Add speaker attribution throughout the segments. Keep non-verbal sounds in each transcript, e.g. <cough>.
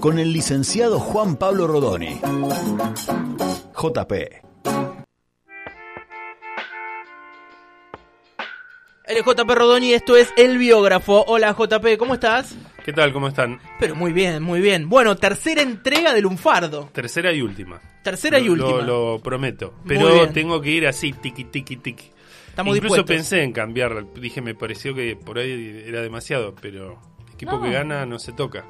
Speaker 1: con el licenciado Juan Pablo Rodoni. JP.
Speaker 2: LJ Rodoni, esto es El Biógrafo. Hola JP, ¿cómo estás?
Speaker 3: ¿Qué tal? ¿Cómo están?
Speaker 2: Pero muy bien, muy bien. Bueno, tercera entrega del Lunfardo.
Speaker 3: Tercera y última.
Speaker 2: Tercera y
Speaker 3: Lo-
Speaker 2: última.
Speaker 3: Lo, lo prometo.
Speaker 2: Muy
Speaker 3: Pero
Speaker 2: bien.
Speaker 3: tengo que ir así, tiqui, tiqui, tiqui.
Speaker 2: Estamos
Speaker 3: Incluso
Speaker 2: dispuestos.
Speaker 3: pensé en cambiar. Dije, me pareció que por ahí era demasiado, pero equipo
Speaker 4: No.
Speaker 3: que gana no se toca.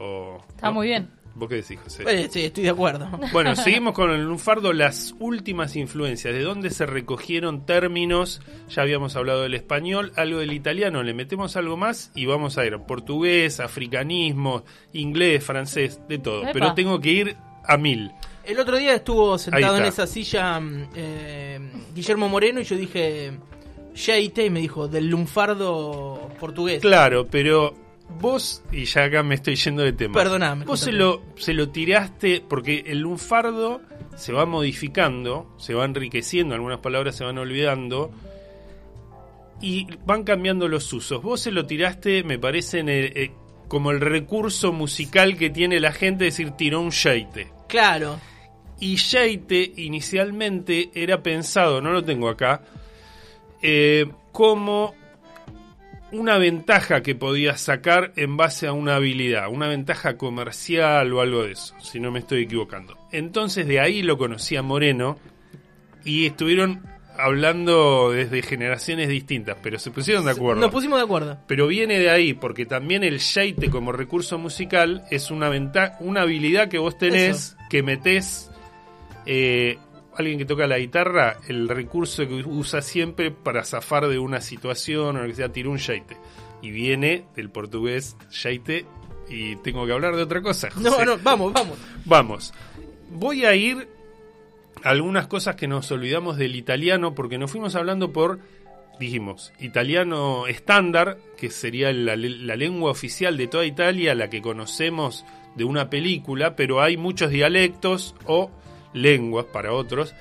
Speaker 3: O-
Speaker 4: Está
Speaker 3: ¿no?
Speaker 4: muy bien.
Speaker 3: ¿Vos qué decís, José?
Speaker 2: Eh, sí, estoy de
Speaker 3: <laughs>
Speaker 2: acuerdo.
Speaker 3: Bueno, seguimos con el lunfardo, las últimas influencias, de dónde se recogieron términos, ya habíamos hablado del español, algo del italiano, le metemos algo más y vamos a ir a portugués, africanismo, inglés, francés, de todo,
Speaker 4: Epa.
Speaker 3: pero tengo que ir a mil.
Speaker 2: El otro día estuvo sentado
Speaker 3: Ahí
Speaker 2: en
Speaker 3: está.
Speaker 2: esa silla mm, eh, Guillermo Moreno y yo dije, J.T. y me dijo, del lunfardo portugués.
Speaker 3: Claro, pero vos, y ya acá me estoy yendo de tema,
Speaker 2: Perdóname,
Speaker 3: vos se
Speaker 2: contame.
Speaker 3: lo, se lo tiraste porque el lunfardo se va modificando, se va enriqueciendo, algunas palabras se van olvidando. y van cambiando los usos. Vos se lo tiraste, me parece, en el- eh, como el recurso musical que tiene la gente, es decir, tiró un yaite.
Speaker 2: Claro.
Speaker 3: Y yaite inicialmente era pensado, no lo tengo acá, eh, como una ventaja que podías sacar en base a una habilidad, una ventaja comercial o algo de eso, si no me estoy equivocando. Entonces de ahí lo conocía Moreno y estuvieron hablando desde generaciones distintas, pero se pusieron de acuerdo.
Speaker 2: Nos pusimos de acuerdo.
Speaker 3: Pero viene de ahí, porque también el shaite como recurso musical es una, venta una habilidad que vos tenés, que metés. eh, alguien que toca la guitarra, el recurso que usa siempre para zafar de una situación o lo que sea, tiró un shaite. Y viene del portugués shaite. Y tengo que hablar de otra cosa.
Speaker 2: No,
Speaker 3: José.
Speaker 2: no, vamos, vamos.
Speaker 3: Vamos. Voy a ir a algunas cosas que nos olvidamos del italiano porque nos fuimos hablando por, dijimos, italiano estándar, que sería la, le- la lengua oficial de toda Italia, la que conocemos de una película, pero hay muchos dialectos o lenguas para otros.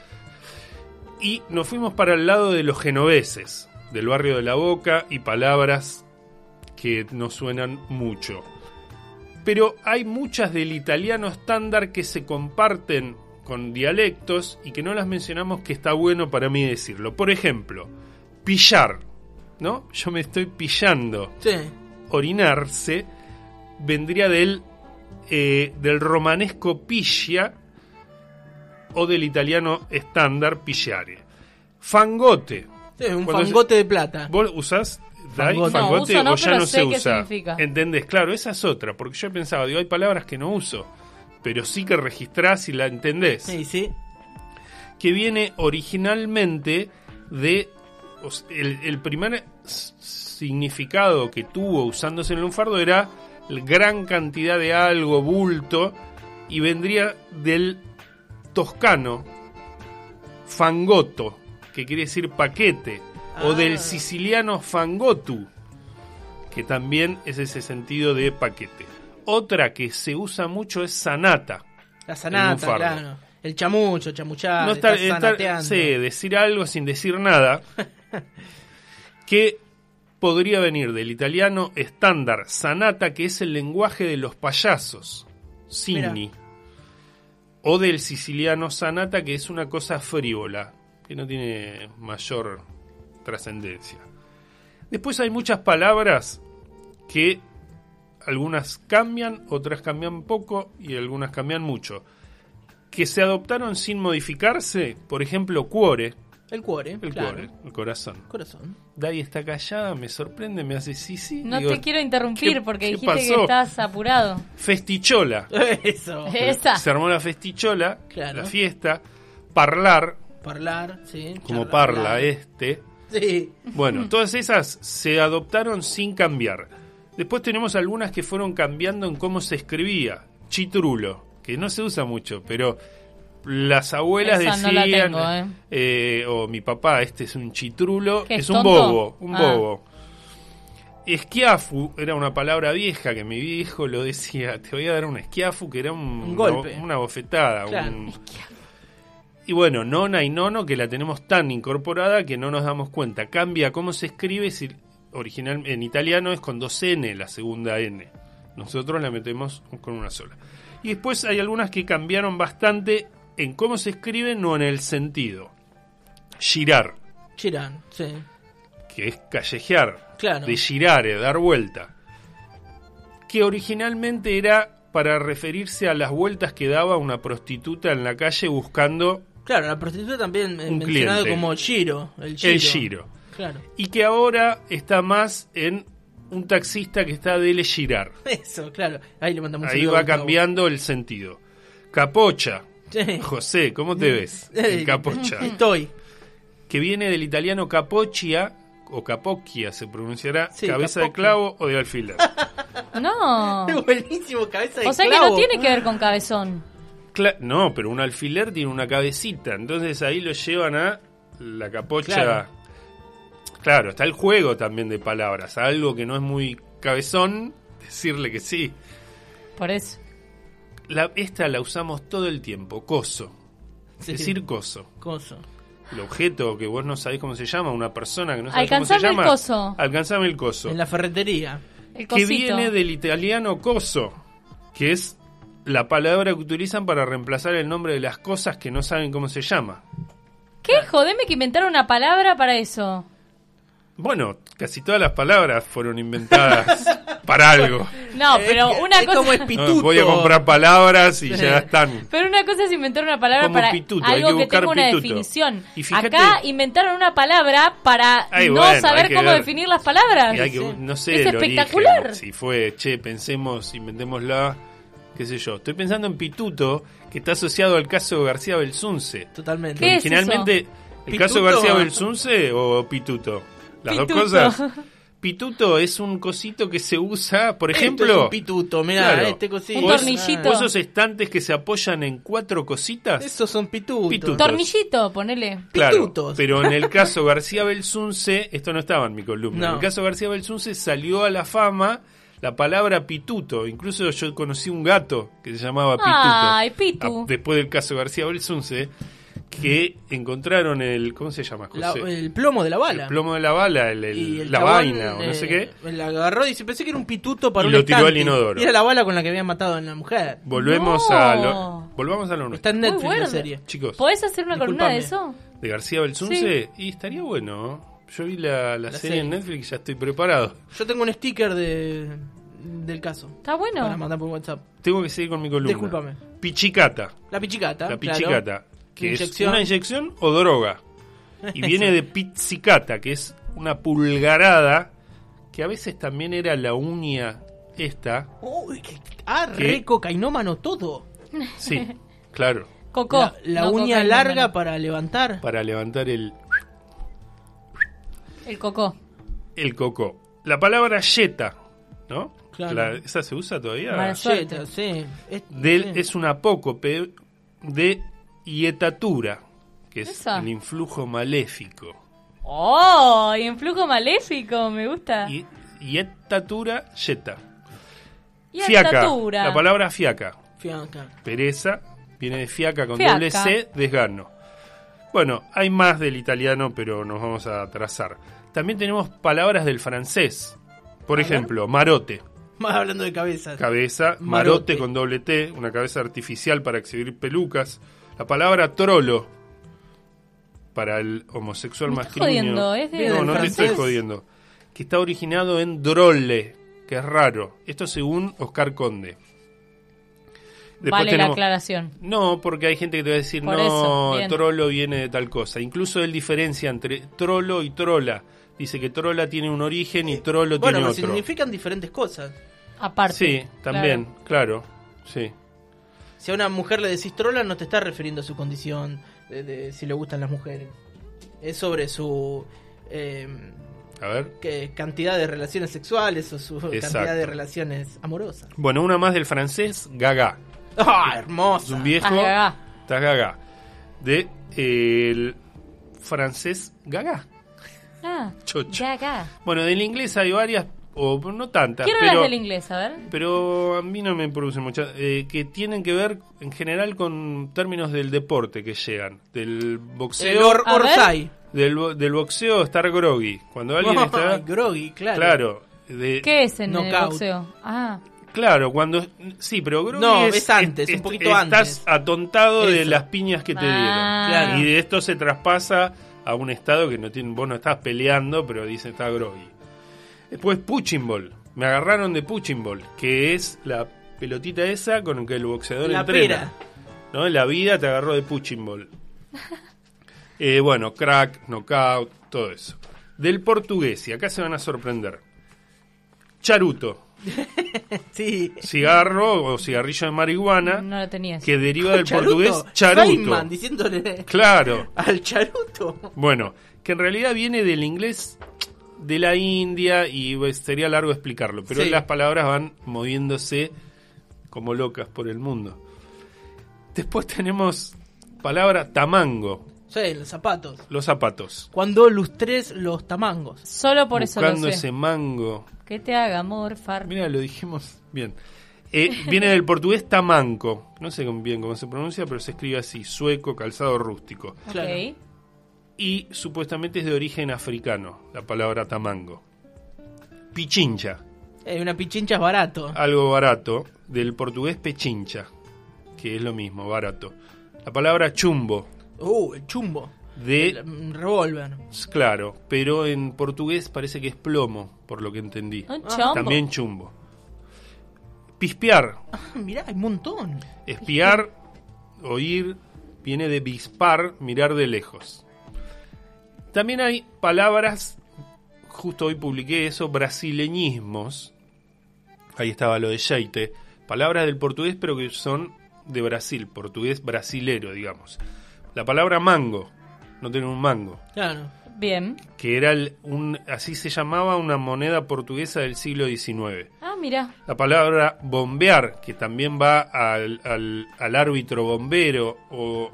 Speaker 3: Y nos fuimos para el lado de los genoveses, del barrio de la Boca y palabras que nos suenan mucho pero hay muchas del italiano estándar que se comparten con dialectos y que no las mencionamos que está bueno para mí decirlo. Por ejemplo, pillar, ¿no? Yo me estoy pillando.
Speaker 2: Sí.
Speaker 3: Orinarse vendría del, eh, del romanesco pilla o del italiano estándar pillare. Fangote.
Speaker 2: Sí, un
Speaker 3: Cuando se-
Speaker 2: fangote de plata.
Speaker 3: ¿Vos usás Dai,
Speaker 2: Fangote.
Speaker 3: fangote,
Speaker 4: No, uso no,
Speaker 3: o ya
Speaker 4: pero
Speaker 3: no
Speaker 4: sé
Speaker 3: se
Speaker 4: qué
Speaker 3: usa?
Speaker 4: significa.
Speaker 3: ¿Entendés? Claro, esa es otra, porque yo pensaba, digo, hay palabras que no uso, pero sí que registrás y la entendés.
Speaker 2: Sí, sí.
Speaker 3: Que viene originalmente de. o s- el, el primer s- significado que tuvo usándose en el lunfardo era l- gran cantidad de algo, bulto, y vendría del toscano, fangoto, que quiere decir paquete, o
Speaker 2: Ah.
Speaker 3: del siciliano fangotu, que también es ese sentido de paquete. Otra que se usa mucho es sanata.
Speaker 2: La sanata,
Speaker 3: lunfardo.
Speaker 2: claro. El chamucho, chamuchar,
Speaker 3: no
Speaker 2: estar
Speaker 3: estar, estar-
Speaker 2: zanateando.
Speaker 3: sí, decir algo sin decir nada, que podría venir del italiano estándar, sanata, que es el lenguaje de los payasos, sinni, o del siciliano sanata, que es una cosa frívola, que no tiene mayor trascendencia. Después hay muchas palabras que algunas cambian, otras cambian poco y algunas cambian mucho que se adoptaron sin modificarse, por ejemplo, cuore,
Speaker 2: El cuore,
Speaker 3: el
Speaker 2: claro.
Speaker 3: cuore, el corazón.
Speaker 2: Corazón. <laughs>
Speaker 3: Dai está callada, me sorprende, me hace sí, sí.
Speaker 4: No
Speaker 3: digo,
Speaker 4: te quiero interrumpir
Speaker 3: ¿qué-
Speaker 4: porque
Speaker 3: qué
Speaker 4: dijiste que
Speaker 3: pasó? <laughs>
Speaker 4: estás apurado.
Speaker 3: Festichola.
Speaker 2: Eso.
Speaker 4: Esa.
Speaker 3: Se armó la festichola,
Speaker 2: Claro.
Speaker 3: la fiesta, parlar,
Speaker 2: Parlar, sí.
Speaker 3: como
Speaker 2: charlar,
Speaker 3: parla
Speaker 2: hablar.
Speaker 3: este.
Speaker 2: Sí.
Speaker 3: Bueno, todas esas se adoptaron sin cambiar. Después tenemos algunas que fueron cambiando en cómo se escribía. Chitrulo, que no se usa mucho, pero las abuelas
Speaker 4: Esa no la
Speaker 3: decían,
Speaker 4: tengo, ¿eh?
Speaker 3: eh, o mi papá, este es un chitrulo,
Speaker 4: ¿Qué,
Speaker 3: es,
Speaker 4: es
Speaker 3: un
Speaker 4: tonto?
Speaker 3: bobo, un
Speaker 4: Ah.
Speaker 3: bobo. Esquiafu era una palabra vieja que mi viejo lo decía, te voy a dar un esquiafu, que era un,
Speaker 2: Un golpe.
Speaker 3: una, bofetada.
Speaker 2: Claro.
Speaker 3: un- Y bueno, nona y nono, que la tenemos tan incorporada que no nos damos cuenta. Cambia cómo se escribe, si original, en italiano es con dos N la segunda N. Nosotros la metemos con una sola. Y después hay algunas que cambiaron bastante en cómo se escriben o en el sentido. Girar,
Speaker 2: Chirán, sí.
Speaker 3: que es callejear.
Speaker 2: Claro.
Speaker 3: De girar, es dar vuelta. Que originalmente era para referirse a las vueltas que daba una prostituta en la calle buscando
Speaker 2: Claro, la prostituta también eh,
Speaker 3: Un
Speaker 2: mencionado
Speaker 3: cliente.
Speaker 2: como Chiro. El Chiro.
Speaker 3: el giro.
Speaker 2: Claro. <laughs>
Speaker 3: y que ahora está más en un taxista que está de le girar.
Speaker 2: Eso, claro. Ahí le mandamos un
Speaker 3: Ahí
Speaker 2: saludo a
Speaker 3: va
Speaker 2: Gustavo.
Speaker 3: cambiando el sentido. Capocha. <laughs>
Speaker 2: Sí. <laughs>
Speaker 3: José, ¿cómo te ves?
Speaker 2: Eh.
Speaker 3: El capocha.
Speaker 4: <laughs>
Speaker 2: Estoy.
Speaker 3: Que viene del italiano capoccia o capocchia se pronunciará
Speaker 2: Sí,
Speaker 3: cabeza
Speaker 2: capocchia.
Speaker 3: de clavo o de alfiler.
Speaker 4: No.
Speaker 2: Buenísimo, cabeza de
Speaker 4: O sea que
Speaker 2: clavo.
Speaker 4: no tiene que ver con cabezón.
Speaker 3: Cla- no, pero un alfiler tiene una cabecita, entonces ahí lo llevan a la capocha.
Speaker 2: Claro.
Speaker 3: Claro. está el juego también de palabras, algo que no es muy cabezón, decirle que sí.
Speaker 4: Por eso.
Speaker 3: La- esta la usamos todo el tiempo, coso.
Speaker 2: Sí.
Speaker 3: Decir coso.
Speaker 2: Coso.
Speaker 3: El objeto que vos no sabés cómo se llama, una persona que no sabés
Speaker 4: Alcanzame el
Speaker 3: cómo se llama.
Speaker 4: coso.
Speaker 3: Alcanzame el coso.
Speaker 2: En la ferretería.
Speaker 4: El
Speaker 3: Que
Speaker 4: cosito.
Speaker 3: viene del italiano coso, que es la palabra que utilizan para reemplazar el nombre de las cosas que no saben cómo se llama.
Speaker 4: ¿Qué? Jodeme que inventaron una palabra para eso.
Speaker 3: Bueno, casi todas las palabras fueron
Speaker 2: <laughs>
Speaker 3: inventadas para algo.
Speaker 4: No, pero
Speaker 2: Es que-
Speaker 4: una
Speaker 2: es como
Speaker 4: cosa...
Speaker 2: es
Speaker 3: No,
Speaker 2: pituto.
Speaker 3: voy a comprar palabras y ya están.
Speaker 4: <laughs> Pero una cosa es inventar una palabra
Speaker 3: Como
Speaker 4: para
Speaker 3: pituto, hay
Speaker 4: algo
Speaker 3: que
Speaker 4: que,
Speaker 3: buscar
Speaker 4: tenga una
Speaker 3: pituto.
Speaker 4: definición.
Speaker 3: Y fíjate-
Speaker 4: Acá inventaron una palabra para
Speaker 3: Ay,
Speaker 4: no
Speaker 3: bueno, hay
Speaker 4: saber
Speaker 3: que
Speaker 4: cómo
Speaker 3: ver.
Speaker 4: definir las palabras.
Speaker 2: Ah,
Speaker 3: Y hay que- no sé
Speaker 4: Es
Speaker 3: el origen,
Speaker 4: espectacular.
Speaker 3: si fue, che, pensemos, inventémosla, qué sé yo. Estoy pensando en Pituto, que está asociado al caso García Belsunce.
Speaker 2: Totalmente.
Speaker 4: ¿Qué es
Speaker 3: Originalmente, el
Speaker 2: ¿Pituto?
Speaker 3: caso García Belsunce o Pituto. Las
Speaker 4: Pituto.
Speaker 3: dos
Speaker 2: <laughs>
Speaker 3: cosas. Pituto es un cosito que se usa, por
Speaker 2: Esto
Speaker 3: ejemplo,
Speaker 2: es un pituto, mirá,
Speaker 3: Claro.
Speaker 2: este cosito.
Speaker 4: Un
Speaker 3: o es-
Speaker 4: tornillito.
Speaker 3: o esos estantes que se apoyan en cuatro cositas.
Speaker 2: Esos son pitutos.
Speaker 3: Pituto.
Speaker 4: Tornillito, ponele.
Speaker 3: Claro,
Speaker 2: Pitutos.
Speaker 3: pero en
Speaker 2: <laughs>
Speaker 3: el caso García Belsunce, esto no estaba en mi columna,
Speaker 2: No.
Speaker 3: en el caso García Belsunce salió a la fama la palabra pituto, incluso yo conocí un gato que se llamaba pituto.
Speaker 4: Ay, Pitu.
Speaker 3: Ah, Después del caso García Belsunce, que encontraron el, ¿cómo se llama?
Speaker 2: La-
Speaker 3: José?
Speaker 2: el plomo de la bala.
Speaker 3: El plomo de la bala, el- el-
Speaker 2: Y el
Speaker 3: la
Speaker 2: chabón,
Speaker 3: vaina, o no
Speaker 2: eh,
Speaker 3: sé qué.
Speaker 2: La agarró y dice, pensé que era un pituto para
Speaker 3: Y
Speaker 2: un
Speaker 3: lo tiró al
Speaker 2: estante".
Speaker 3: inodoro.
Speaker 2: Y era la bala con la que habían matado a la mujer.
Speaker 3: Volvemos
Speaker 4: No.
Speaker 3: a lo, volvamos a lo
Speaker 2: Está
Speaker 3: nuestro.
Speaker 2: en
Speaker 4: Muy
Speaker 2: Netflix
Speaker 4: bueno.
Speaker 2: la serie.
Speaker 3: Chicos,
Speaker 4: ¿Podés hacer una columna de eso?
Speaker 2: Disculpame.
Speaker 3: de García Belsunce, y estaría bueno. Yo vi la, la
Speaker 2: La
Speaker 3: serie en
Speaker 2: serie.
Speaker 3: Netflix, ya estoy preparado.
Speaker 2: Yo tengo un sticker de del caso. Para
Speaker 4: Está bueno.
Speaker 2: mandar por WhatsApp.
Speaker 3: Tengo que seguir con mi columna.
Speaker 2: Discúlpame.
Speaker 3: Pichicata.
Speaker 2: La pichicata.
Speaker 3: La
Speaker 2: claro.
Speaker 3: pichicata. Que
Speaker 2: Inyección.
Speaker 3: es una inyección o droga. Y viene de pizzicata, que es una pulgarada, que a veces también era la uña esta.
Speaker 2: Uy, qué ah,
Speaker 3: ¿Qué?
Speaker 2: re cocainómano todo. <laughs>
Speaker 3: Sí, claro.
Speaker 4: Cocó.
Speaker 2: la la
Speaker 4: No,
Speaker 2: uña
Speaker 4: cocaína,
Speaker 2: larga
Speaker 4: no.
Speaker 2: para levantar.
Speaker 3: Para levantar el,
Speaker 4: El cocó.
Speaker 3: el coco. La palabra yeta, ¿no?
Speaker 2: Claro.
Speaker 3: La- ¿Esa se usa todavía?
Speaker 4: Mala
Speaker 2: Yeta,
Speaker 4: suerte.
Speaker 2: sí. Es-
Speaker 3: Del,
Speaker 2: sí.
Speaker 3: Es una apócope de hietatura, que es
Speaker 4: Esa.
Speaker 3: el influjo maléfico.
Speaker 4: ¡Oh! Y en flujo maléfico, me gusta.
Speaker 3: Y, hietatura, yeta.
Speaker 4: Y
Speaker 3: fiaca.
Speaker 4: altatura.
Speaker 3: La palabra fiaca.
Speaker 2: Fianca.
Speaker 3: Pereza viene de fiaca con
Speaker 4: Fiaca.
Speaker 3: doble C, desgano. Bueno, hay más del italiano, pero nos vamos a atrasar. También tenemos palabras del francés. Por ejemplo, marote.
Speaker 2: Más hablando de cabezas.
Speaker 3: Cabeza, marote.
Speaker 2: Marote.
Speaker 3: con doble T, una cabeza artificial para exhibir pelucas. La palabra trolo para el homosexual
Speaker 4: Me estás
Speaker 3: masculino.
Speaker 4: jodiendo, ¿es de-
Speaker 3: no,
Speaker 2: del
Speaker 3: no te estoy
Speaker 2: francés?
Speaker 3: jodiendo. Que está originado en drolle, que es raro. Esto según Oscar Conde. Después
Speaker 4: vale la
Speaker 3: tenemos-
Speaker 4: aclaración.
Speaker 3: no, porque hay gente que te va a decir,
Speaker 4: Por
Speaker 3: no,
Speaker 4: eso, bien.
Speaker 3: trolo viene de tal cosa. Incluso él diferencia entre trolo y trola. Dice que trola tiene un origen y trolo
Speaker 2: Bueno,
Speaker 3: tiene
Speaker 2: pero
Speaker 3: otro.
Speaker 2: significan diferentes cosas.
Speaker 4: Aparte.
Speaker 3: Sí, también,
Speaker 4: Claro.
Speaker 3: claro. Sí.
Speaker 2: Si a una mujer le decís trola, no te está refiriendo a su condición de, de si le gustan las mujeres. Es sobre su eh,
Speaker 3: A ver.
Speaker 2: que- cantidad de relaciones sexuales o su
Speaker 3: Exacto. <laughs>
Speaker 2: cantidad de relaciones amorosas.
Speaker 3: Bueno, una más del francés, gaga.
Speaker 2: ¡Ah,
Speaker 3: Es
Speaker 2: hermoso!
Speaker 3: un viejo.
Speaker 4: Ah, Gaga.
Speaker 3: Estás gaga. De eh, el francés gaga.
Speaker 4: Ah,
Speaker 3: Chocho.
Speaker 4: Gaga.
Speaker 3: Bueno, del inglés hay varias, o no tantas,
Speaker 4: Quiero
Speaker 3: pero,
Speaker 4: las del inglés, a ver.
Speaker 3: pero a mí no me produce mucha. eh, que tienen que ver en general con términos del deporte que llegan. Del
Speaker 2: El
Speaker 3: boxeo.
Speaker 2: or-
Speaker 4: A ver.
Speaker 2: Orsay.
Speaker 3: Del, bo- del boxeo estar groggy. Cuando alguien
Speaker 2: <laughs>
Speaker 3: está.
Speaker 2: Ay, Groggy, claro.
Speaker 3: Claro. de-
Speaker 4: ¿Qué es en el
Speaker 2: Knockout.
Speaker 4: boxeo? Ah,
Speaker 3: Claro, cuando. Sí, pero groggy
Speaker 2: No, es antes, un poquito
Speaker 3: estás
Speaker 2: antes.
Speaker 3: atontado de
Speaker 2: Eso.
Speaker 3: las piñas que te dieron.
Speaker 4: Ah.
Speaker 2: Claro.
Speaker 3: Y de esto se traspasa a un estado que no tiene, vos no estás peleando, pero dicen está groggy. Después Punching Ball. Me agarraron de Punching Ball, que es la pelotita esa con que el boxeador
Speaker 2: La
Speaker 3: entrena.
Speaker 2: pera.
Speaker 3: ¿no? La vida te agarró de Punching Ball. Eh, bueno, crack, knockout, todo eso. Del portugués, y acá se van a sorprender. Charuto,
Speaker 2: Sí.
Speaker 3: cigarro o cigarrillo de marihuana,
Speaker 4: no lo tenías.
Speaker 3: que deriva del
Speaker 2: Charuto.
Speaker 3: portugués charuto.
Speaker 2: Feynman diciéndole
Speaker 3: Claro.
Speaker 2: al charuto.
Speaker 3: Bueno, que en realidad viene del inglés de la India y pues, sería largo explicarlo, pero
Speaker 2: Sí.
Speaker 3: las palabras van moviéndose como locas por el mundo. Después tenemos palabra tamango,
Speaker 2: Sí, los zapatos.
Speaker 3: los zapatos.
Speaker 2: Cuando lustrés los tamangos.
Speaker 4: Solo por eso
Speaker 3: Buscando
Speaker 4: lo sé.
Speaker 3: ese mango.
Speaker 4: Que te haga morfar.
Speaker 3: Mira, lo dijimos bien. Eh, viene del portugués tamanco, no sé bien cómo se pronuncia, pero se escribe así, sueco, calzado rústico.
Speaker 4: Ok.
Speaker 2: Claro.
Speaker 3: y supuestamente es de origen africano, la palabra tamango. Pichincha,
Speaker 2: Eh, una pichincha es barato.
Speaker 3: algo barato, del portugués pechincha, que es lo mismo, barato. La palabra chumbo,
Speaker 2: Uh, el chumbo. El,
Speaker 3: de...
Speaker 2: mm, revólver.
Speaker 3: Claro, pero en portugués parece que es plomo, por lo que entendí.
Speaker 4: Un chombo.
Speaker 3: También chumbo. Pispear,
Speaker 2: Ah, mirá, hay un montón.
Speaker 3: espiar, oír, viene de bispar, mirar de lejos. También hay palabras, justo hoy publiqué eso, brasileñismos. Ahí estaba lo de Sheite. Palabras del portugués, pero que son de Brasil, portugués brasilero, digamos. La palabra mango, no tiene un mango,
Speaker 2: <laughs> Claro.
Speaker 4: Bien.
Speaker 3: que era el- un, así se llamaba una moneda portuguesa del siglo XIX.
Speaker 4: Ah, mira.
Speaker 3: La palabra bombear, que también va al, al- al árbitro bombero, o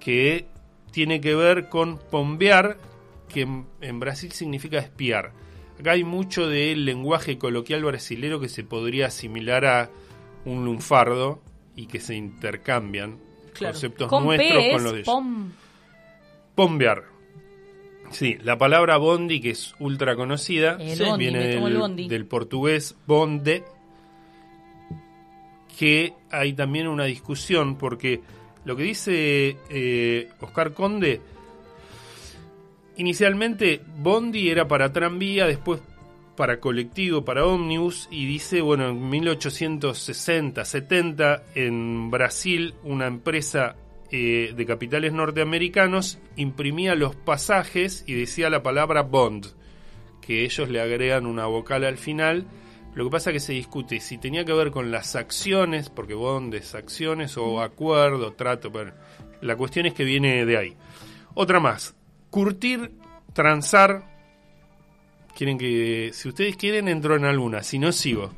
Speaker 3: que tiene que ver con pombear, que en, en Brasil significa espiar. Acá hay mucho del lenguaje coloquial brasilero que se podría asimilar a un lunfardo y que se intercambian
Speaker 2: Claro.
Speaker 3: conceptos
Speaker 4: Con
Speaker 3: nuestros
Speaker 4: P
Speaker 3: con los de
Speaker 4: es
Speaker 3: ellos.
Speaker 4: pom.
Speaker 3: Pombear. Sí, la palabra bondi, que es ultra conocida,
Speaker 4: El
Speaker 3: sí,
Speaker 4: bondi,
Speaker 3: viene
Speaker 4: me tomo el
Speaker 3: del,
Speaker 4: bondi.
Speaker 3: del portugués bonde, que hay también una discusión, porque lo que dice eh, Oscar Conde, inicialmente bondi era para tranvía, después para colectivo, para ómnibus, y dice, bueno, en 1860, 70, en Brasil, una empresa eh, de capitales norteamericanos imprimía los pasajes y decía la palabra bond, que ellos le agregan una vocal al final. Lo que pasa es que se discute si tenía que ver con las acciones, porque bond es acciones, o acuerdo, trato, bueno, la cuestión es que viene de ahí. Otra más, curtir, transar, quieren que, si ustedes quieren, entro en alguna, si no, sigo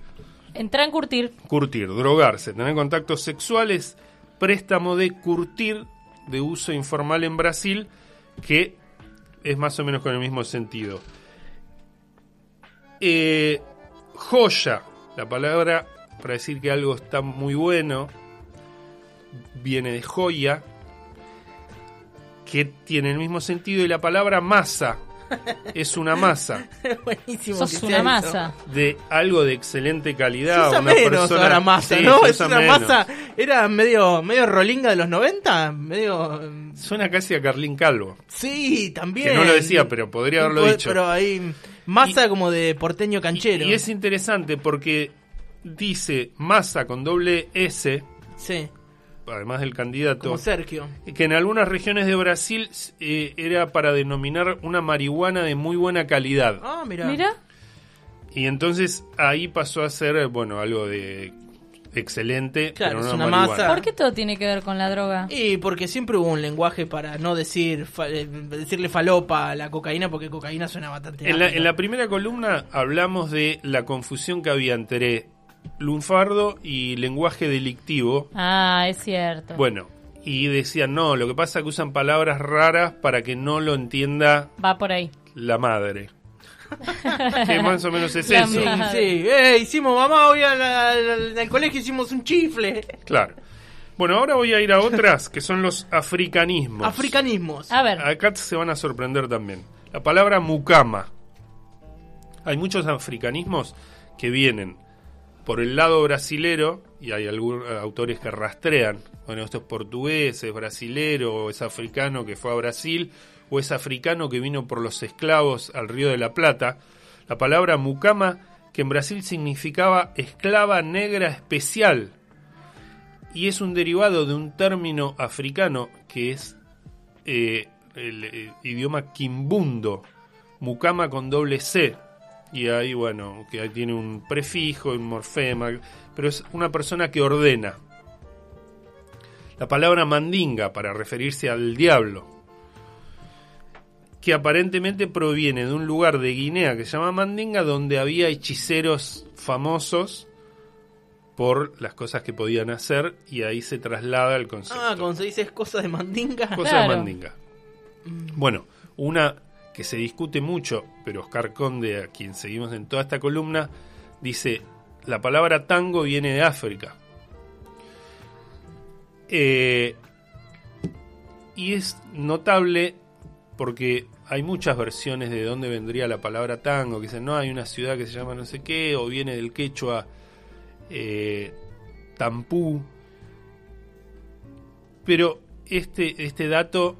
Speaker 4: Entra en curtir.
Speaker 3: curtir, drogarse, tener contactos sexuales, préstamo de curtir de uso informal en Brasil, que es más o menos con el mismo sentido. Eh, joya, la palabra para decir que algo está muy bueno, viene de joya, que tiene el mismo sentido, y la
Speaker 2: <laughs>
Speaker 3: palabra masa es una masa
Speaker 2: Buenísimo. que
Speaker 4: Sos
Speaker 2: sea
Speaker 4: una
Speaker 2: eso.
Speaker 4: masa.
Speaker 3: de algo de excelente
Speaker 2: Se
Speaker 3: calidad.
Speaker 2: usa
Speaker 3: una
Speaker 2: menos
Speaker 3: persona,
Speaker 2: ahora masa,
Speaker 3: Sí,
Speaker 2: ¿no?
Speaker 3: se
Speaker 2: Es
Speaker 3: usa
Speaker 2: una
Speaker 3: menos.
Speaker 2: masa. Era medio, medio rolinga de los 90. Medio. mm,
Speaker 3: Suena casi a Carlín Calvo,
Speaker 2: Sí, también.
Speaker 3: que no lo decía, pero podría haberlo
Speaker 2: Pero-
Speaker 3: dicho.
Speaker 2: Pero ahí. Masa como de porteño canchero.
Speaker 3: Y es interesante porque dice masa con doble S,
Speaker 2: Sí,
Speaker 3: además del candidato,
Speaker 2: como Sergio.
Speaker 3: que en algunas regiones de Brasil eh, era para denominar una marihuana de muy buena calidad.
Speaker 2: Ah, mira.
Speaker 4: Mira.
Speaker 3: Y entonces ahí pasó a ser, eh, bueno, algo de excelente,
Speaker 2: Claro,
Speaker 3: pero no
Speaker 2: es una
Speaker 3: marihuana.
Speaker 2: masa.
Speaker 4: ¿Por qué todo tiene que ver con la droga?
Speaker 2: Y porque siempre hubo un lenguaje para no decir fa- eh, decirle falopa a la cocaína, porque cocaína suena bastante.
Speaker 3: En la,
Speaker 2: ácido.
Speaker 3: en la primera columna hablamos de la confusión que había entre lunfardo y lenguaje delictivo.
Speaker 4: Ah, es cierto.
Speaker 3: Bueno, y decían, no, lo que pasa es que usan palabras raras para que no lo entienda
Speaker 4: Va por ahí.
Speaker 3: la
Speaker 4: <laughs>
Speaker 3: madre. que más o menos es
Speaker 4: La
Speaker 3: eso.
Speaker 2: Sí,
Speaker 4: Claro.
Speaker 2: sí. Eh, hicimos, mamá, hoy a la- a la- en el colegio hicimos un chifle.
Speaker 3: Claro. Bueno, ahora voy a ir a otras que son los africanismos.
Speaker 2: Africanismos.
Speaker 4: A ver.
Speaker 3: Acá se van a sorprender también. La palabra mucama. Hay muchos africanismos que vienen por el lado brasilero y hay algunos autores que rastrean. Bueno, esto es portugués, es brasilero, o es africano que fue a Brasil, o es africano que vino por los esclavos al Río de la Plata. La palabra mucama, que en Brasil significaba esclava negra especial, y es un derivado de un término africano que es eh, el eh, idioma quimbundo, mucama con doble C. Y ahí, bueno, que ahí tiene un prefijo, un morfema, pero es una persona que ordena. La palabra mandinga para referirse al diablo, que aparentemente proviene de un lugar de Guinea que se llama mandinga, donde había hechiceros famosos por las cosas que podían hacer, y ahí se traslada el concepto.
Speaker 2: Ah, cuando se dice es cosa de mandinga.
Speaker 3: Cosa
Speaker 4: Claro.
Speaker 3: de mandinga. Bueno, una que se discute mucho, pero Oscar Conde, a quien seguimos en toda esta columna, dice, la palabra tango viene de África. Eh, y es notable porque hay muchas versiones de dónde vendría la palabra tango, que dicen, no, hay una ciudad que se llama no sé qué, o viene del quechua eh, Tampú. Pero este, este dato,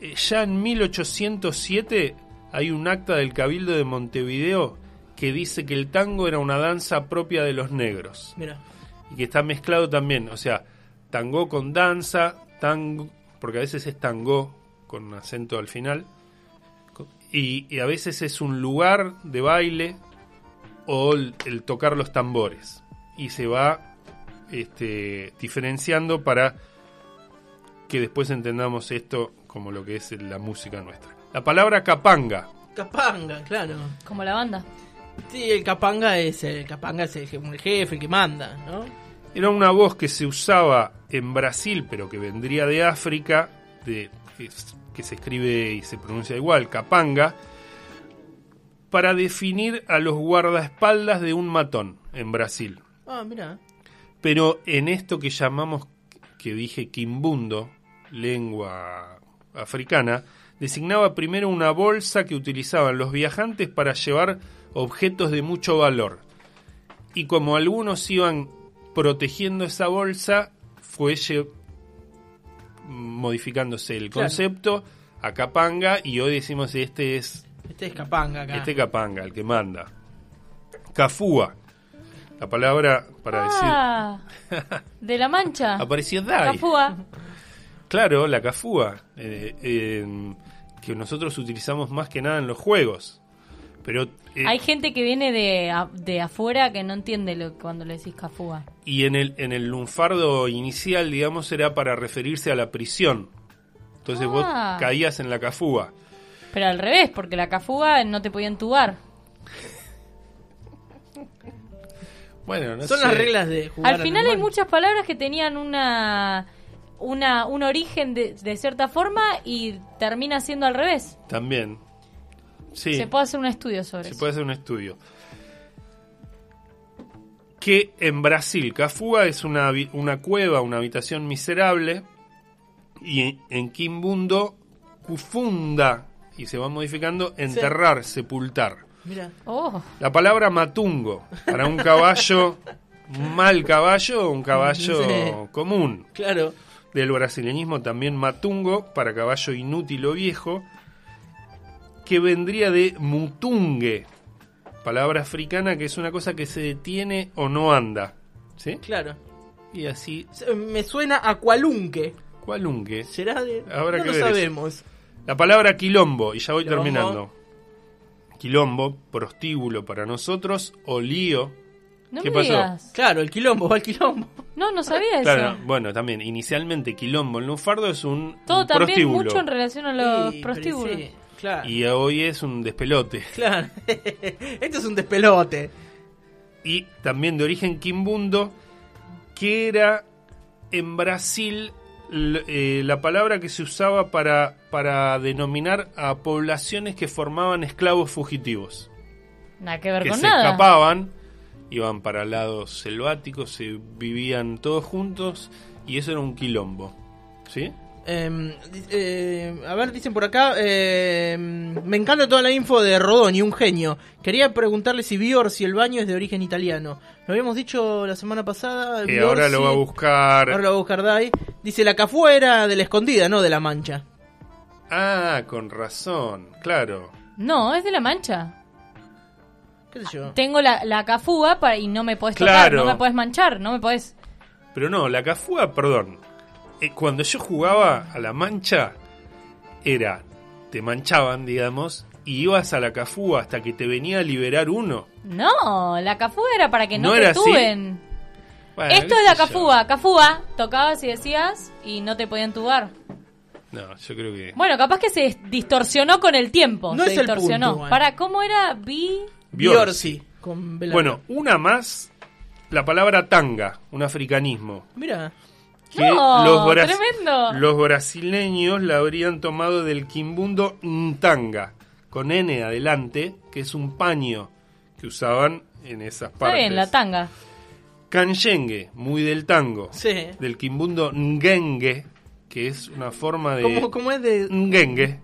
Speaker 3: eh, ya en 1807 hay un acta del Cabildo de Montevideo que dice que el tango era una danza propia de los negros
Speaker 2: Mira,
Speaker 3: y que está mezclado también, o sea, tango con danza, tango, porque a veces es tango con acento al final, co- y, y a veces es un lugar de baile o el, el tocar los tambores, y se va este, diferenciando para que después entendamos esto como lo que es la música nuestra. La palabra capanga,
Speaker 2: capanga, claro.
Speaker 4: Como la banda.
Speaker 2: Sí, el capanga es el capanga es el, je- el jefe, el que manda, ¿no?
Speaker 3: Era una voz que se usaba en Brasil, pero que vendría de África, de, es- que se escribe y se pronuncia igual, capanga, para definir a los guardaespaldas de un matón en Brasil.
Speaker 2: Ah, mira.
Speaker 3: Pero en esto que llamamos, que dije quimbundo, lengua africana, designaba primero una bolsa que utilizaban los viajantes para llevar objetos de mucho valor. Y como algunos iban protegiendo esa bolsa, fue lle- modificándose el
Speaker 2: Claro.
Speaker 3: concepto a capanga y hoy decimos este es
Speaker 2: Este es capanga acá.
Speaker 3: este capanga, el que manda. Cafúa, la palabra para decir
Speaker 4: Ah, de
Speaker 3: <laughs>
Speaker 4: la mancha.
Speaker 3: Apareció Dai.
Speaker 4: Capúa.
Speaker 3: Claro, la cafúa. eh, eh, que nosotros utilizamos más que nada en los juegos. Pero. eh,
Speaker 4: <laughs> Hay gente que viene de, a- de afuera que no entiende lo cuando le decís cafúa.
Speaker 3: y en el, en el lunfardo inicial, digamos, era para referirse a la prisión. Entonces vos
Speaker 4: Ah.
Speaker 3: caías en la cafúa.
Speaker 4: Pero al revés, porque la cafúa no te podía entubar.
Speaker 3: Bueno, no
Speaker 2: Son
Speaker 3: sé.
Speaker 2: las reglas de jugar.
Speaker 4: Al final hay
Speaker 2: mucho
Speaker 4: muchas palabras que tenían una, una un origen de, de cierta forma y termina siendo al revés.
Speaker 3: También. Sí.
Speaker 4: Se puede hacer un estudio sobre
Speaker 3: Se
Speaker 4: eso.
Speaker 3: puede hacer un estudio. Que en Brasil, Cafúa es una, habi- una cueva, una habitación miserable. Y en, en Quimbundo, Cufunda. Y se va modificando, enterrar, sepultar.
Speaker 2: Mira.
Speaker 4: Oh,
Speaker 3: La palabra matungo, para un caballo, un mal caballo, un caballo
Speaker 2: Sí.
Speaker 3: común
Speaker 2: Claro.
Speaker 3: del brasileñismo también matungo, para caballo inútil o viejo, que vendría de mutungue, palabra africana que es una cosa que se detiene o no anda. ¿Sí?
Speaker 2: Claro.
Speaker 3: Y así,
Speaker 2: Se- Me suena a cualunque.
Speaker 3: cualunque.
Speaker 2: ¿Será de.?
Speaker 3: Habrá
Speaker 2: no
Speaker 3: que
Speaker 2: lo
Speaker 3: ver eso.
Speaker 2: sabemos.
Speaker 3: La palabra quilombo, y ya voy
Speaker 2: Quilombo.
Speaker 3: terminando. Quilombo, prostíbulo para nosotros, o lío.
Speaker 4: no
Speaker 3: ¿Qué
Speaker 4: me
Speaker 3: pasó?
Speaker 4: digas.
Speaker 2: Claro, el quilombo, va el quilombo.
Speaker 4: No, no sabía
Speaker 3: Claro,
Speaker 4: eso.
Speaker 3: bueno, también, inicialmente quilombo en lunfardo es un
Speaker 4: Todo también
Speaker 3: prostíbulo.
Speaker 4: mucho en relación a los
Speaker 2: Sí, pero
Speaker 4: prostíbulos.
Speaker 2: sí, claro. <laughs>
Speaker 3: Y hoy es un despelote.
Speaker 2: Claro. Esto es un despelote.
Speaker 3: y también de origen quimbundo, que era en Brasil l- eh, la palabra que se usaba para, para denominar a poblaciones que formaban esclavos fugitivos,
Speaker 4: Nada que ver
Speaker 3: que
Speaker 4: con
Speaker 3: se
Speaker 4: nada.
Speaker 3: escapaban, iban para lados selváticos, se vivían todos juntos y eso era un quilombo. ¿Sí?
Speaker 2: Eh, di- eh, a ver, dicen por acá, eh, me encanta toda la info de Rodoni, un genio. Quería preguntarle si Bior, si el baño es de origen italiano. Lo habíamos dicho la semana pasada.
Speaker 3: Eh,
Speaker 2: Biorsi-
Speaker 3: ahora lo va a buscar.
Speaker 2: Ahora lo va a buscar Dai. Dice, la cafuera de la escondida, no de la mancha.
Speaker 3: Ah, con razón, claro.
Speaker 4: No, es de la mancha.
Speaker 2: ¿Qué sé yo?
Speaker 4: Tengo la, la cafúa para, y no me podés
Speaker 3: Claro.
Speaker 4: tocar, no me podés manchar, no me podés.
Speaker 3: Pero no, la cafúa, perdón. Eh, cuando yo jugaba a la mancha, era, te manchaban, digamos, y ibas a la cafúa hasta que te venía a liberar uno.
Speaker 4: No, la cafúa era para que no,
Speaker 3: ¿No
Speaker 4: te
Speaker 3: era así?
Speaker 4: tuben.
Speaker 3: Bueno,
Speaker 4: Esto
Speaker 3: qué
Speaker 4: es la
Speaker 3: sé yo.
Speaker 4: cafúa. Cafúa, tocabas y decías y no te podían tubar.
Speaker 3: No, yo creo que...
Speaker 4: Bueno, capaz que se distorsionó con el tiempo.
Speaker 2: No
Speaker 4: se
Speaker 2: es el punto,
Speaker 4: distorsionó.
Speaker 2: igual.
Speaker 4: Para, ¿cómo era? Vi.
Speaker 3: Biorsi.
Speaker 2: Biorsi. Con B larga.
Speaker 3: Bueno, una más, la palabra tanga, un africanismo.
Speaker 2: Mira,
Speaker 3: Que
Speaker 4: No,
Speaker 3: bras-
Speaker 4: tremendo.
Speaker 3: los brasileños la habrían tomado del quimbundo ntanga, con N adelante, que es un paño que usaban en esas
Speaker 4: Está
Speaker 3: partes.
Speaker 4: bien, la tanga.
Speaker 3: Canyengue, muy del tango.
Speaker 2: sí.
Speaker 3: Del quimbundo ngenge, que es una forma de.
Speaker 2: ¿Cómo, cómo es de...?
Speaker 3: Ngenge.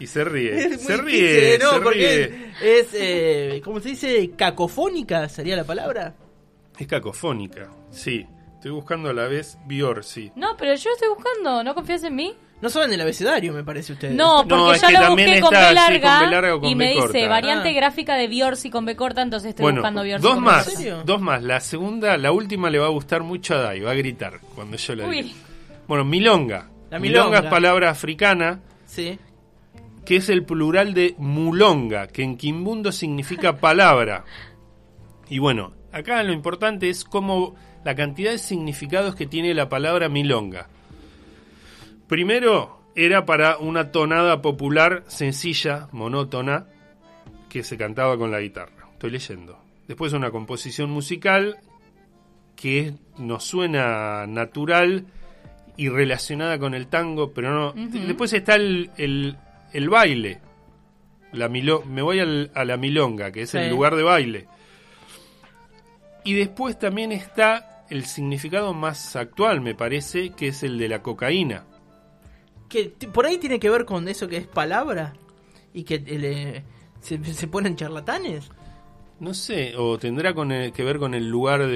Speaker 3: Y se ríe.
Speaker 2: <laughs> Es muy
Speaker 3: Mm, se ríe,
Speaker 2: difícil, ¿eh? ¿no?
Speaker 3: se
Speaker 2: Porque
Speaker 3: ríe.
Speaker 2: es, eh, ¿cómo se dice? ¿Cacofónica sería la palabra?
Speaker 3: Es cacofónica, sí. Estoy buscando a la vez Biorsi.
Speaker 4: No, pero yo estoy buscando, ¿no confías en mí?
Speaker 2: No saben el abecedario, me parece ustedes.
Speaker 4: No, porque
Speaker 3: Eh, No, es que
Speaker 4: ya lo
Speaker 3: también
Speaker 4: busqué con
Speaker 3: está,
Speaker 4: B,
Speaker 3: sí, con
Speaker 4: larga,
Speaker 3: B larga o con
Speaker 4: y
Speaker 3: B
Speaker 4: me dice
Speaker 3: corta.
Speaker 4: variante
Speaker 2: Ah.
Speaker 4: gráfica de Biorsi con B corta, entonces estoy
Speaker 3: Bueno,
Speaker 4: buscando Biorsi.
Speaker 3: dos
Speaker 4: con B
Speaker 3: más.
Speaker 4: corta.
Speaker 2: serio?
Speaker 3: Dos más. La segunda, la última le va a gustar mucho a Dai. Va a gritar cuando yo la
Speaker 4: Uy.
Speaker 3: diga. Bueno, milonga.
Speaker 2: La
Speaker 3: milonga es
Speaker 2: milonga.
Speaker 3: palabra africana.
Speaker 2: Sí.
Speaker 3: que es el plural de mulonga, que en quimbundo significa palabra. Y bueno, acá lo importante es cómo la cantidad de significados que tiene la palabra milonga. Primero, era para una tonada popular sencilla, monótona, que se cantaba con la guitarra. Estoy leyendo. Después una composición musical que nos suena natural y relacionada con el tango, pero no. Después está el, el- el baile. La milo- me voy al- a la milonga, que es el
Speaker 2: Sí.
Speaker 3: lugar de baile. Y después también está el significado más actual, me parece, que es el de la cocaína.
Speaker 2: Que t- por ahí tiene que ver con eso que es palabra y que eh, le- se, se ponen charlatanes.
Speaker 3: No sé, o tendrá con el- que ver con el lugar de,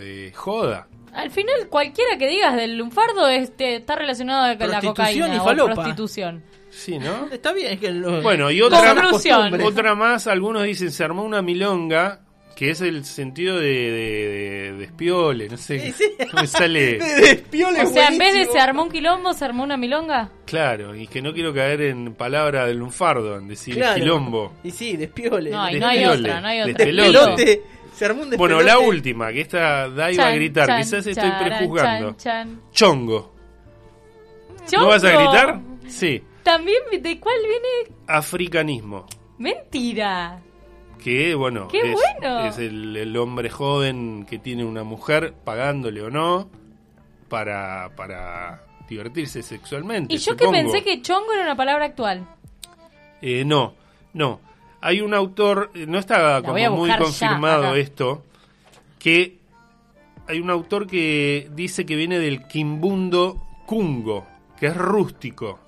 Speaker 3: de joda.
Speaker 4: Al final, cualquiera que digas del lunfardo este, está relacionado con la
Speaker 2: Prostitución
Speaker 4: cocaína
Speaker 2: y falopa.
Speaker 3: <laughs>
Speaker 4: o prostitución.
Speaker 3: Sí, ¿no?
Speaker 2: Está bien, es que lo- <laughs>
Speaker 3: Bueno, y otra,
Speaker 4: Conclusión.
Speaker 3: <laughs> otra más, algunos dicen se armó una milonga, que es el sentido de, de, de- de espiole, no sé.
Speaker 2: Sí, <laughs> sí.
Speaker 3: no me sale.
Speaker 2: Despiola
Speaker 4: O
Speaker 2: es
Speaker 4: sea, en vez de
Speaker 2: buenísimo.
Speaker 4: se armó un quilombo, se armó una milonga.
Speaker 3: Claro, y que no quiero caer en palabra del lunfardo, en decir
Speaker 2: Claro.
Speaker 3: quilombo.
Speaker 2: Y sí, despiole.
Speaker 4: No, y
Speaker 3: Ay,
Speaker 4: no hay
Speaker 3: Despiole,
Speaker 4: otra, no hay otra.
Speaker 3: despelote.
Speaker 2: Despelote. Se armó un despelote.
Speaker 3: Bueno, la última, que esta da iba a
Speaker 4: Chan,
Speaker 3: gritar,
Speaker 4: chan,
Speaker 3: quizás estoy
Speaker 4: charan,
Speaker 3: prejuzgando.
Speaker 4: chan,
Speaker 3: Chongo.
Speaker 4: chan.
Speaker 3: ¿No vas a
Speaker 4: Chongo.
Speaker 3: gritar? Sí.
Speaker 4: También, ¿de cuál viene?
Speaker 3: Africanismo.
Speaker 4: Mentira.
Speaker 3: Que bueno,
Speaker 4: ¡Qué
Speaker 3: es,
Speaker 4: bueno!
Speaker 3: es el, el hombre joven que tiene una mujer, pagándole o no, para, para divertirse sexualmente.
Speaker 4: Y yo que
Speaker 3: supongo.
Speaker 4: pensé que chongo era una palabra actual.
Speaker 3: Eh, no, no. Hay un autor, eh, no está
Speaker 4: voy a
Speaker 3: como muy
Speaker 4: buscar ya,
Speaker 3: confirmado
Speaker 4: acá.
Speaker 3: esto, que hay un autor que dice que viene del quimbundo cungo, que es rústico.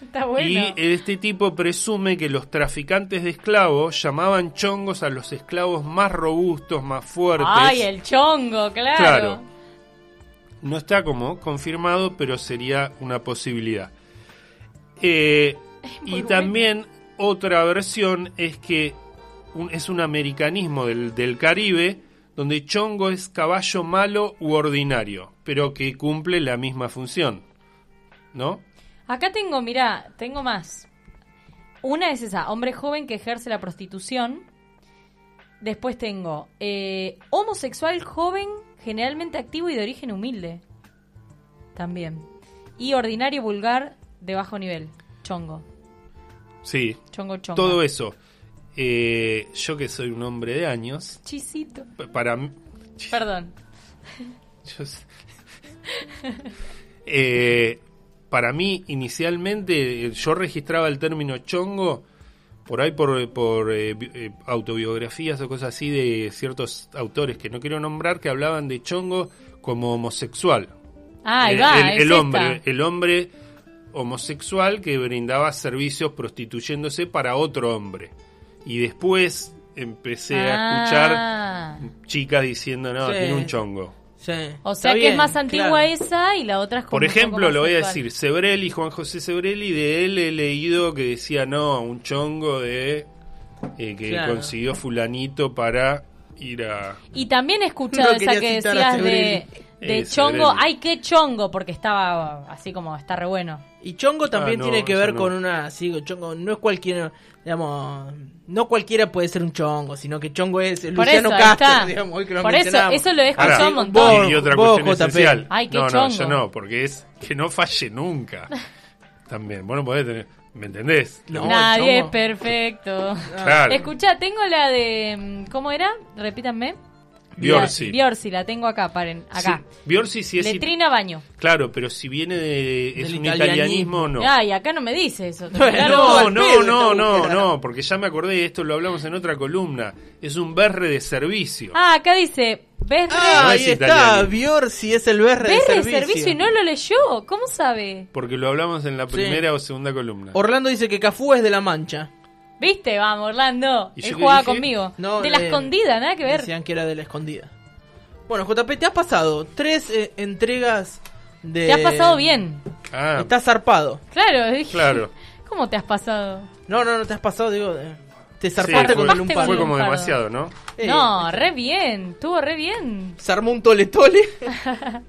Speaker 4: Está bueno.
Speaker 3: Y este tipo presume que los traficantes de esclavos llamaban chongos a los esclavos más robustos, más fuertes.
Speaker 4: Ay, el chongo, claro.
Speaker 3: Claro. No está como confirmado, pero sería una posibilidad. Eh, y
Speaker 4: bueno.
Speaker 3: también otra versión es que un- es un americanismo del, del Caribe donde chongo es caballo malo u ordinario, pero que cumple la misma función. ¿No?
Speaker 4: Acá tengo, mirá, tengo más. Una es esa, hombre joven que ejerce la prostitución. Después tengo eh, homosexual joven, generalmente activo y de origen humilde. También. Y ordinario vulgar de bajo nivel. Chongo.
Speaker 3: Sí,
Speaker 4: Chongo, chongo.
Speaker 3: todo eso. eh, yo que soy un hombre de años,
Speaker 4: Chisito.
Speaker 3: p- para mí...
Speaker 4: Perdón.
Speaker 3: Yo sé. <laughs> Eh, para mí, inicialmente, eh, yo registraba el término chongo por ahí por, por, eh, bi- eh, autobiografías o cosas así de ciertos autores que no quiero nombrar que hablaban de chongo como homosexual.
Speaker 4: Ah, ahí
Speaker 3: Eh,
Speaker 4: va.
Speaker 3: el,
Speaker 4: es
Speaker 3: el hombre,
Speaker 4: esta.
Speaker 3: el hombre homosexual que brindaba servicios prostituyéndose para otro hombre. Y después empecé eh, a escuchar
Speaker 4: Ah.
Speaker 3: chicas diciendo, no,
Speaker 2: Sí.
Speaker 3: tiene un chongo.
Speaker 2: Sí,
Speaker 4: O
Speaker 2: está
Speaker 4: sea que
Speaker 2: bien,
Speaker 4: es más antigua
Speaker 2: claro.
Speaker 4: esa y la otra es como.
Speaker 3: Por
Speaker 4: un poco
Speaker 3: ejemplo,
Speaker 4: más
Speaker 3: lo voy a
Speaker 4: actual.
Speaker 3: decir, Sebrelli, Juan José Sebrelli, de él he leído que decía, no, un chongo de eh, que
Speaker 2: Claro.
Speaker 3: consiguió fulanito para ir a...
Speaker 4: Y también he escuchado
Speaker 2: No
Speaker 4: esa
Speaker 2: quería
Speaker 4: que
Speaker 2: citar a
Speaker 4: decías de,
Speaker 2: Sebrelli.
Speaker 4: de
Speaker 3: Eh,
Speaker 4: chongo.
Speaker 3: Sebrelli.
Speaker 4: Ay, qué chongo, porque estaba así como, está re bueno.
Speaker 2: Y chongo también
Speaker 3: Ah, no,
Speaker 2: tiene que
Speaker 3: eso
Speaker 2: ver
Speaker 3: no.
Speaker 2: con una, sí, chongo no es cualquiera, digamos, no cualquiera puede ser un chongo, sino que chongo es
Speaker 4: Por
Speaker 2: Luciano
Speaker 4: eso, ahí
Speaker 2: Castro,
Speaker 4: está.
Speaker 2: digamos, hoy que lo
Speaker 4: Por eso,
Speaker 2: mencionamos.
Speaker 4: eso lo he
Speaker 3: Pará,
Speaker 4: escuchado un
Speaker 2: vos-
Speaker 4: montón.
Speaker 3: y otra
Speaker 2: vos,
Speaker 3: cuestión
Speaker 2: JP.
Speaker 3: esencial.
Speaker 4: Ay, qué
Speaker 3: no, no,
Speaker 4: chongo.
Speaker 3: yo no, porque es que no falle
Speaker 4: <laughs>
Speaker 3: nunca. También, bueno, podés tener... ¿Me entendés?
Speaker 2: No,
Speaker 4: Nadie
Speaker 2: el
Speaker 4: es
Speaker 2: chongo.
Speaker 4: perfecto.
Speaker 3: Claro.
Speaker 4: Ah. Escucha, tengo la de. mm, ¿Cómo era? Repítanme.
Speaker 3: Biorsi.
Speaker 4: La- Biorsi, la tengo acá, paren. Acá.
Speaker 3: Sí, Biorsi sí es... it-
Speaker 4: Letrina baño.
Speaker 3: Claro, pero si viene de... Es
Speaker 2: Del
Speaker 3: un
Speaker 2: italianismo.
Speaker 3: italianismo, no.
Speaker 4: Ay, acá no me dice eso.
Speaker 2: No,
Speaker 3: <laughs> No,
Speaker 2: al pedo
Speaker 3: no, no,
Speaker 2: esta
Speaker 3: no,
Speaker 2: búsqueda.
Speaker 3: no, porque ya me acordé, esto lo hablamos en otra columna. Es un berre de servicio.
Speaker 4: Ah, acá dice. ¿Ves
Speaker 2: Ah,
Speaker 3: No
Speaker 2: ahí
Speaker 3: es
Speaker 2: está,
Speaker 3: italiano.
Speaker 2: Biorsi es el BR de
Speaker 4: ¿Ves de
Speaker 2: servicio.
Speaker 4: servicio y no lo leyó? ¿Cómo sabe?
Speaker 3: Porque lo hablamos en la primera o segunda columna.
Speaker 2: Orlando dice que Cafú es de La Mancha.
Speaker 4: ¿Viste? Vamos, Orlando.
Speaker 3: ¿Y
Speaker 4: Él
Speaker 3: yo qué
Speaker 4: jugaba
Speaker 3: dije?
Speaker 4: conmigo.
Speaker 2: No,
Speaker 4: de la
Speaker 2: eh,
Speaker 4: escondida, nada que ver.
Speaker 2: Decían que era de la escondida. Bueno, JP, te has pasado tres eh, entregas de...
Speaker 4: Te has pasado bien.
Speaker 3: Ah,
Speaker 2: Estás zarpado.
Speaker 4: Claro, <laughs> dije.
Speaker 3: claro.
Speaker 4: ¿Cómo te has pasado?
Speaker 2: No, no, no te has pasado, digo... eh, te
Speaker 3: Sí,
Speaker 2: zarpaste
Speaker 3: fue,
Speaker 2: con el
Speaker 4: Zarpaste
Speaker 2: umparo.
Speaker 3: fue
Speaker 4: con
Speaker 3: como
Speaker 4: lumpardo.
Speaker 3: demasiado, ¿no?
Speaker 2: Eh,
Speaker 4: no, re bien. Estuvo re bien.
Speaker 2: Se armó un tole
Speaker 4: <laughs>
Speaker 2: tole.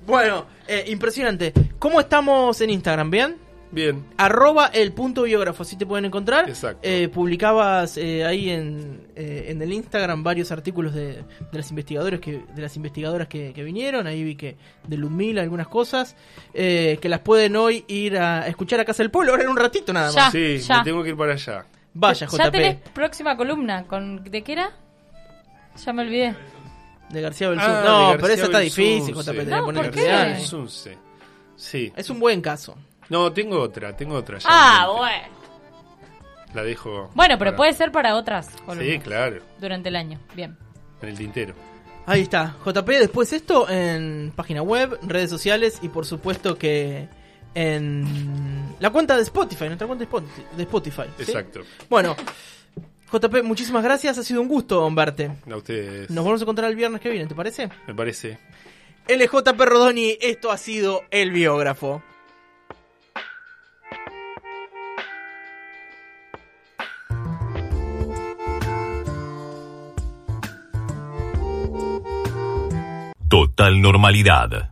Speaker 2: bueno, eh, impresionante. ¿Cómo estamos en Instagram? ¿Bien?
Speaker 3: Bien.
Speaker 2: Arroba el punto biógrafo, así te pueden encontrar.
Speaker 3: Exacto.
Speaker 2: Eh, publicabas eh, ahí en, eh, en el Instagram varios artículos de, de las investigadores que, de las investigadoras que, que vinieron. Ahí vi que de Lumila algunas cosas. eh, que las pueden hoy ir a escuchar a Casa del Pueblo. Ahora en un ratito nada más.
Speaker 4: Ya,
Speaker 3: sí,
Speaker 4: ya.
Speaker 3: me tengo que ir para allá.
Speaker 2: Vaya, JP.
Speaker 4: Ya tenés próxima columna. Con, ¿De qué era? Ya me olvidé.
Speaker 2: De García Belsun.
Speaker 3: Ah,
Speaker 2: no,
Speaker 3: de
Speaker 2: pero eso
Speaker 3: García
Speaker 2: está
Speaker 3: Belsunce.
Speaker 2: difícil, JP. tenés que
Speaker 4: No,
Speaker 2: poner
Speaker 4: ¿por qué?
Speaker 2: García.
Speaker 3: García Belsunce. Sí.
Speaker 2: Es un buen caso.
Speaker 3: No, tengo otra, tengo otra. ya
Speaker 4: Ah,
Speaker 3: en mente.
Speaker 4: bueno.
Speaker 3: La dejo.
Speaker 4: Bueno, pero
Speaker 3: para-
Speaker 4: puede ser para otras columnas.
Speaker 3: Sí, claro,
Speaker 4: Durante el año. Bien.
Speaker 3: en el tintero.
Speaker 2: Ahí está, JP, después esto en página web, redes sociales y por supuesto que en la cuenta de Spotify, nuestra cuenta de Spot- de Spotify. ¿sí?
Speaker 3: Exacto.
Speaker 2: Bueno, JP, muchísimas gracias, ha sido un gusto verte.
Speaker 3: A ustedes.
Speaker 2: Nos volvemos a encontrar el viernes que viene, ¿te parece?
Speaker 3: Me parece.
Speaker 2: LJP Rodoni, esto ha sido El Biógrafo.
Speaker 5: Total normalidad.